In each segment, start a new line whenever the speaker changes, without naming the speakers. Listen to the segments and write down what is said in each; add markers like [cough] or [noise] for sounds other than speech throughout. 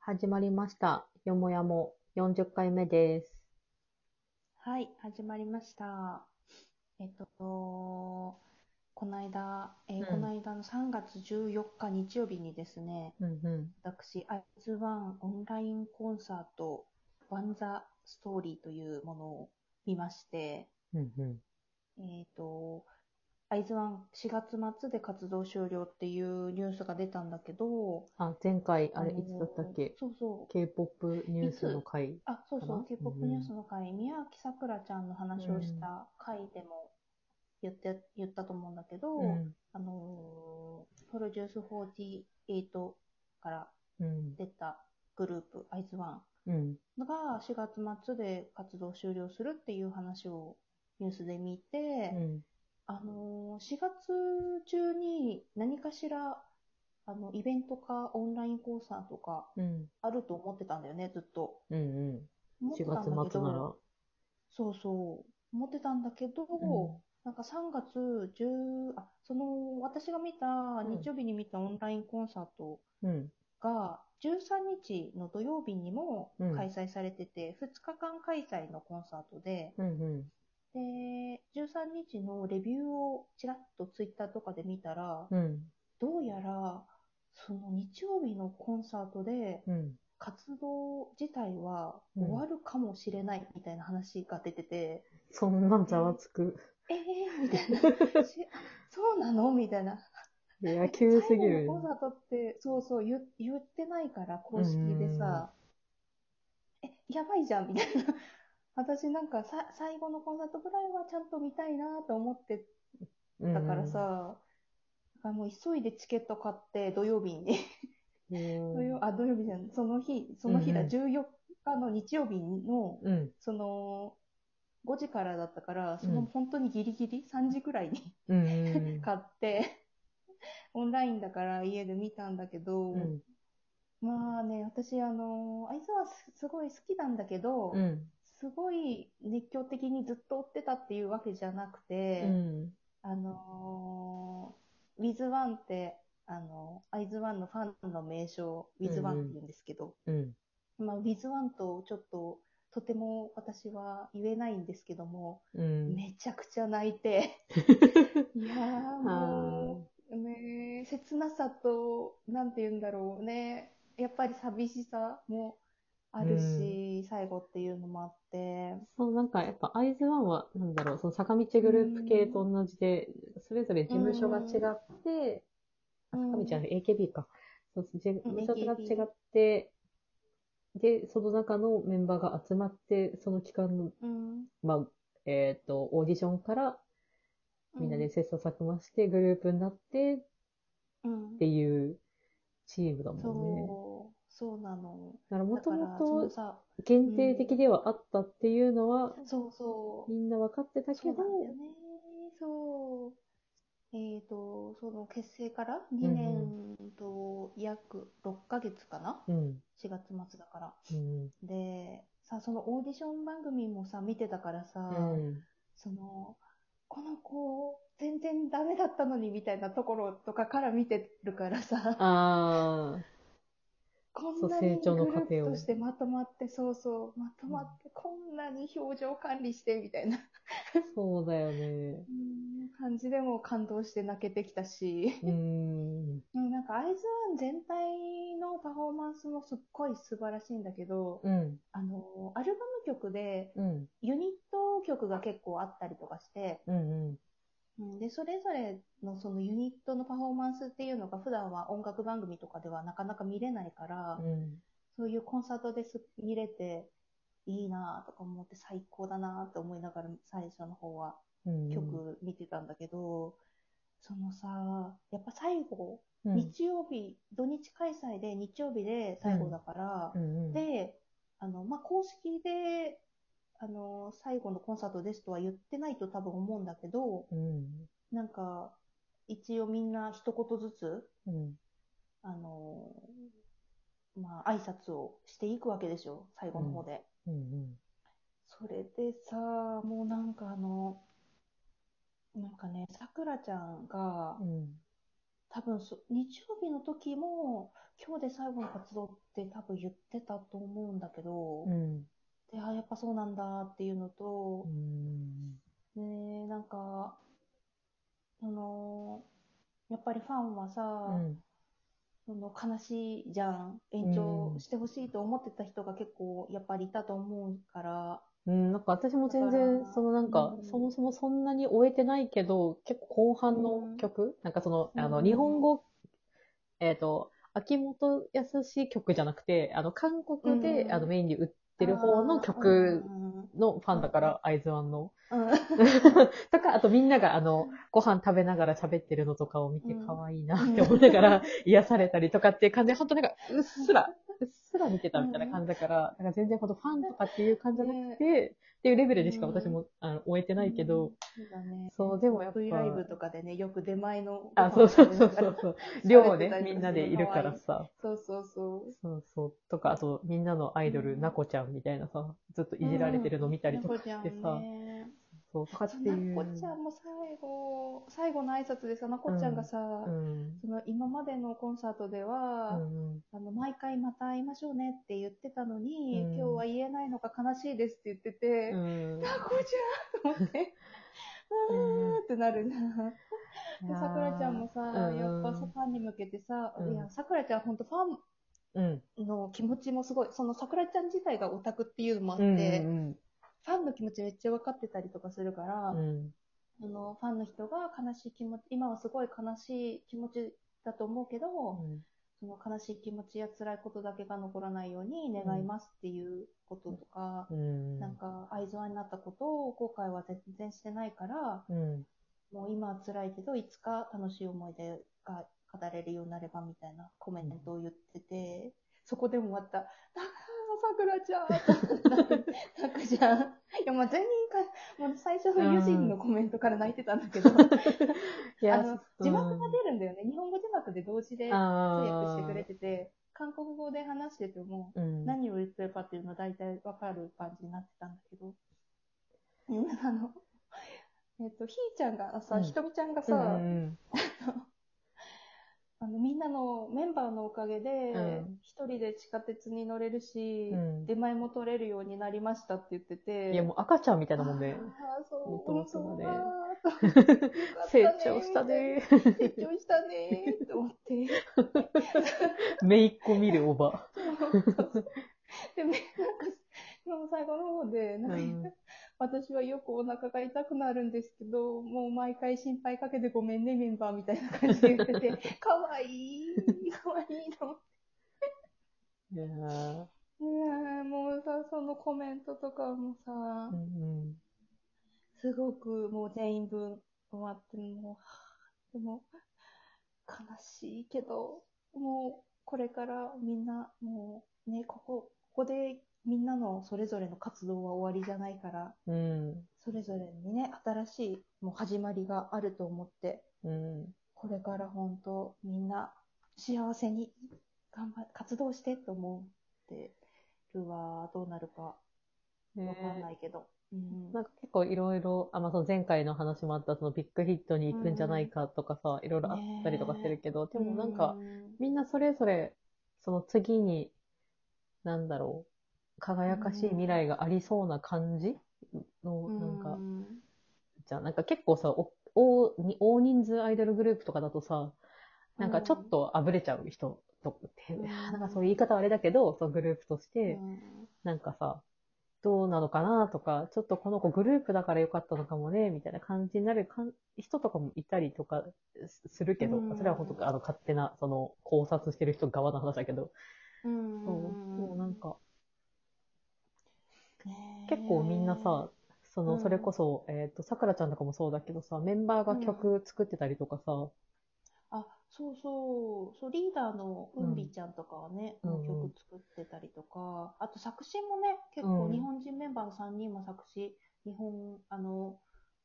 始まりました。よもやも40回目です。
はい、始まりました。えっと、この間、えー
うん
この間の3月14日日曜日にですね、
うんう
私、アイズワンオンラインコンサート、ワンザストーリーというものを見まして、
ん。うんうん。
えっと、アイズワン4月末で活動終了っていうニュースが出たんだけど、
あ、前回、あれ、
の
いつだったっけ
そうそう。
?K-POP ニュースの回。
あ、そうそう、
かな
K-POP ニュースの回、宮脇さくらちゃんの話をした回でも言って、言ったと思うんだけど、
うん。
あのープロデュース48から
うん。
出たグループ、アイズワ
うん。
ンが4月末で活動終了するっていう話をニュースで見て、
うん。
あのー4月中に何かしら、あの、イベントかオンラインコンサートか
うん。
あると思ってたんだよね、ずっと。
うん。
思って
4
たんだけど
月末なら。
そうそう。思ってたんだけど、
うん
なんか3月10、あ、その、私が見た、
うん
日曜日に見たオンラインコンサート
うん。
が、13日の土曜日にも
うん
開催されてて、2日間開催のコンサートで、
うんうん。
で、13日のレビューをちらっとツイッターとかで見たら、
うん。
どうやら、その日曜日のコンサートで、
うん。
活動自体は終わるかもしれないみたいな話が出てて、
そんなんざわつ [laughs] く。
ええみた
[laughs]
いな。しあそうなのみたいな。
いや、急すぎ
最
る
後の。コンサートって、そうそう、言言ってないから、公式でさ、え、やばいじゃんみたいな。 [laughs] 私なんかさ、最後のコンサートぐらいはちゃんと見たいなと思って
うん
たから、さ、だからもう急いでチケット買って、土曜日に、
うん
土曜、あ、土曜日じゃない、その日、その日だ、
うんうん
14日の日曜日の、
うん。
その、5時からだったから、その
うん
本当にギリギリ、3時くらいに
うんうん
買って、 [laughs] オンラインだから家で見たんだけど、
うん。うん。
まあね、私、あの、アイズはすすごい好きなんだけど、
うん。
すごい熱狂的にずっと追ってたっていうわけじゃなく
う
て、
ん。
あのー、ウィズワンって、あの、アイズワンのファンの名称、ウィズワンって言うんですけど、
うん。
まあ、ウィズワンとちょっと、とても私は言えないんですけども、
うん。
めちゃくちゃ泣いて、
[laughs]
いやーもう、
あ
ねえ、切なさと、なんて言うんだろうね、やっぱり寂しさもあるし、最後っていうのもあって、
そう、なんかやっぱ、アイズワンは、なんだろう、その坂道グループ系と同じで、それぞれ事務所が違って、あ
うん
坂道じゃない、AKB か。そう、事
うん
務所が
AKB
違って、で、その中のメンバーが集まって、その期間の、
うん、
まあ、えっ、と、オーディションからみんなで切磋琢磨してグループになってっ
うん、
ていうチームだもんね。
そう、そうなの。
だからも
だ
と
から、そ
も
の
と
さ、
限定的ではあったっていうのは、
そうそう
み、んな分かってたけ
そう
ど、
なんだよね、そう。えっと、その結成から2年と約6ヶ月かな
うん。
?4 月末だから。
うん。
で、さ、そのオーディション番組もさ、見てたからさ、
うん。
その、この子、全然ダメだったのにみたいなところとかから見てるからさ、
ああ。
こ
そう
んなに
成
グ
長の
ル
過
ー
程を
プとしてまとまって、そうそう、まとまって、こんなに表情管理してみたいな
そうだよね。
うん感じでも感動して泣けてきたし、
うーん。
うんなんかアイズワン全体のパフォーマンスもすっごい素晴らしいんだけど、
うん。
あの、アルバム曲で
うん。
ユニット曲が結構あったりとかして、
うん。
うんで、それぞれのそのユニットのパフォーマンスっていうのが普段は音楽番組とかではなかなか見れないから、
うん。
そういうコンサートです見れていいなぁとか思って最高だなぁと思いながら最初の方は
うん。
曲見てたんだけど、そのさ、やっぱ最後、
うん。
日曜日、土日開催で日曜日で最後だから
う、ん。うん、
で、あの、まあ、公式で、あの、最後のコンサートですとは言ってないと多分思うんだけど、
うん。
なんか、一応みんな一言ずつ、
うん。
あのーまあ、挨拶をしていくわけでしょ、最後の方で。
うん。
それでさ、もうなんかあの、なんかね、さくらちゃんが
う、ん。
多分そ、日曜日の時も、今日で最後の活動って多分言ってたと思うんだけど、
うん。
で、あ、やっぱそうなんだっていうのと
う、ん。
ねえ、なんか、あのーやっぱりファンはさ、
うん。
その悲しいじゃん。延長してほしいと思ってた人が結構やっぱりいたと思うから、
うん、なんか私も全
だ
然
から、
そのなんか
う、ん
そもそもそんなに終えてないけど、結構後半の曲、なんかその、あ
う
の、
ん
日本語、えっ、と、秋元康曲じゃなくて、あの、韓国で、
うん
あの、メインに売ってる方の曲のファンだから、アイズワンの。
あー。うんうんうん
とか、あとみんなが、あの、ご飯食べながら喋ってるのとかを見て、可愛いなって思いなが
[laughs]
ら、癒されたりとかっていう感じで、ほんとなんか、うっすら、うっすら見てたみたいな感じだから、なんか全然ほんとファンとかっていう感じじゃなくて、っていうレベルでしか私も、あの、終えてないけど、、
そうだね。
そうでもやっぱ
V ライブとかでね、よく出前の。
あ、そうそうそうそうそう、寮を
喋ってた
ね、
りとか
みんなでいるからさ、
そうそうそう。
そうそう、とか、あと、みんなのアイドル、
うん
なこちゃんみたいなさ、ずっといじられてるの見たりとかしてさ、
猫ちゃんね
そう、とかって
そ
いうう。
なこちゃんも最後、最後の挨拶でさ、なこちゃんがさ、
うん。
その今までのコンサートで
う
は、
んうん
あの毎回また会いましょうねって言ってたのに、
うん
今日は言えないのが悲しいですって言ってて、
うん
なこちゃんと思って、あーってなるな。で、さくらちゃんもさ、
うん
やっぱさファンに向けてさ、
うん
いや、さくらちゃんほんとフ
うん。
ァンの気持ちもすごい、そのさくらちゃん自体がオタクっていうのもあって、
うんうん
ファンの気持ちめっちゃ分かってたりとかするから、
うん。
あのファンの人が悲しい気持ち、今はすごい悲しい気持ちだと思うけど、
うん
その悲しい気持ちや辛いことだけが残らないように願いますっていうこととか、
うん。
なんか、愛情になったことを後悔は全然してないから、
うん。
もう今は辛いけど、いつか楽しい思い出が語れるようになればみたいなコメントを言ってて、そこでもまた、ああ、さくらちゃんとなんかじゃん。いや、まあ全員か、もう最初のユジンのコメントから泣いてたんだけど、
い
あの、字幕が
出
出るんだよね。日本語字幕で同時で
て
通訳してくれてて、韓国語で話してても、
うん。
何を言ってるかっていうのは大体わかる感じになってたんだけど、うんあの、えっと、ひーちゃんがさ、
うん
ひとみちゃんがさ、
うん
あのみんなのメンバーのおかげで
ん、
一、人で地下鉄に乗れるし、
うん
出前も取れるようになりましたって言ってて、
いや、もう赤ちゃんみたいなもん
あ
ね。
あ、そう、
もっともっとだね
そうだーとよかったね
[laughs] 成長したね。
成長したねーって思って。
めいっ子見るおば。
で、めなんか、もう最後の方で、なんか、
うん
私はよくお腹が痛くなるんですけど、もう毎回心配かけてごめんね、メンバーみたいな感じで言ってて、かわいい、かわいいと思って。
いやー
ねえもうさ、そのコメントとかもさ、
うん
すごくもう全員分終わって、もう、はぁでも、悲しいけど、もう、これからみんな、もう、ね、ここ、ここでみんなのそれぞれの活動は終わりじゃないから、
うん。うん
それぞれにね、新しいもう始まりがあると思って、
うん。
これから本当みんな幸せに頑張、活動してと思ってるわ、どうなるかわかんないけど。うん
なんか結構いろいろ、あ、まあ、その前回の話もあった、そのビッグヒットに行くんじゃないかとかさ、いろいろあったりとかしてるけど、でもなんか、、みんなそれぞれ、その次に、なんだろう、輝かしい未来がありそうな感じの、なんか、じゃあなんか結構さ、お大に大人数アイドルグループとかだとさ、なんかちょっとあぶれちゃう人と、て
うん
[laughs] なんかそういう言い方はあれだけど、そのグループとして、なんかさ、どうなのかなとか、ちょっとこの子グループだから良かったのかもね、みたいな感じになるかん人とかもいたりとかすするけど
うん、
それは本当あの勝手な、その考察してる人側の話だけど、そう、もうなんか、結構みんなさ、そ
うん
の、それこそ、えっと、さくらちゃんとかもそうだけどさ、メンバーが曲作ってたりとかさ、
あ、そうそう。そう、リーダーのうんびちゃんとかはね、
うん
もう曲作ってたりとか、あと作詞もね、結構
うん
日本人メンバーの3人も作詞、日本、あの、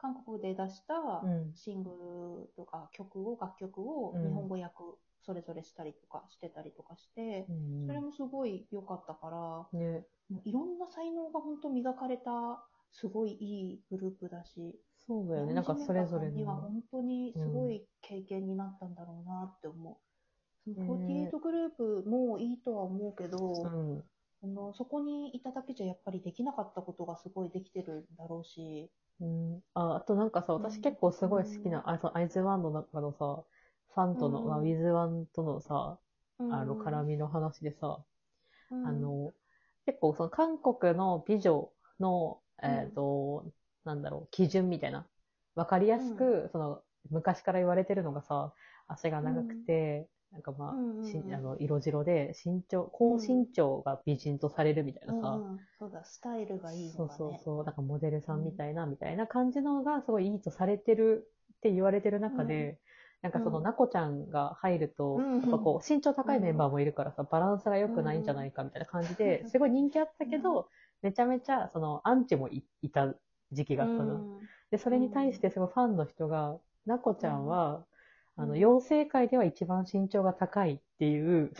韓国で出した
うん。
シングルとか曲を、楽曲を
うん
日本語訳それぞれしたりとかしてたりとかして、
うん
それもすごい良かったから、も
ね、
ういろんな才能が本当磨かれた、すごいいいグループだし、
そうだよね。なんかそれぞれ
には
の。
本当にすごい経験になったんだろうなって思う。その48グループもいいとは思うけど、
うん。
あのそこにいただけじゃやっぱりできなかったことがすごいできてるんだろうし、
うん、ああとなんかさ、私結構すごい好きな、あそうアイズワンの中のさ、ファンとの、
うん
まあ、ウィズワンとのさ、あの、絡
み、
みの話でさ、
うん
あ、の、結構その韓国の美女の、
うん
えっ、と、なんだろう、基準みたいな。わかりやすく、その、昔から言われてるのがさ、足が長くて、なんかまあ、
うんうんうん
しあの色白で、身長、高身長が美人とされるみたいなさ、
うんうんそうだ、スタイルがいいの
そう
がね。
そうそう、なんかモデルさんみたいな、みたいな感じのがすごいいいとされてるって言われてる中で、
う
なんかその
うん
なこちゃんが入ると、
うん
やっぱこう身長高いメンバーもいるからさ、バランスが良くないんじゃないかみたいな感じで、
うん
すごい人気あったけど、めちゃめちゃそのアンチもいいた時期があったの。
うん
で、それに対してすごいファンの人が、なこちゃんは、
うん
あの、
うん
妖精界では一番身長が高いっていう、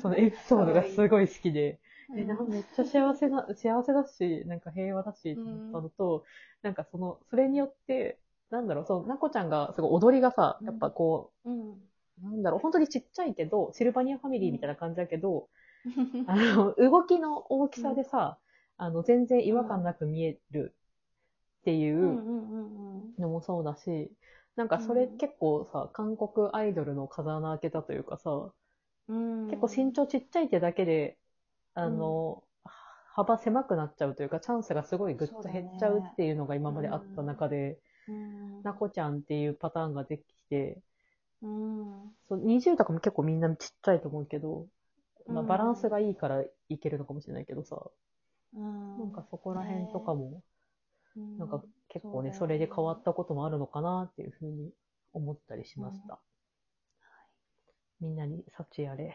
そのエピソードがすごい好きで、え、なんかめっちゃ幸せな、幸せだし、なんか平和だし、
うん
なのと、なんかその、それによって、なんだろう、そう、なこちゃんがすごい踊りがさ、
うん
やっぱこ
うん
う、なんだろう、本当にちっちゃいけど、シルバニアファミリーみたいな感じだけ
[laughs]
ど、あの、動きの大きさでさ、あの、全然違和感なく見えるってい
うんうん
う
うんうん
のもそうだし、なんかそれ
うん
結構さ、韓国アイドルの風穴開けたというかさ、
うん
結構身長ちっちゃいってだけで、あの、幅狭くなっちゃうというか、チャンスがすごいぐっと減っちゃうっていうのが今まであった中で、
うん
なこちゃんっていうパターンができて、
うん
そう20とかも結構みんなちっちゃいと思うけど、まあ、
うん
バランスがいいからいけるのかもしれないけどさ、
うん
なんかそこら辺とかも、
うん
なんか結構ね、
そ
そう
だよ
れ
ね
で変わったこともあるのかなっていうふうに思ったりしました。みんなに幸あれ。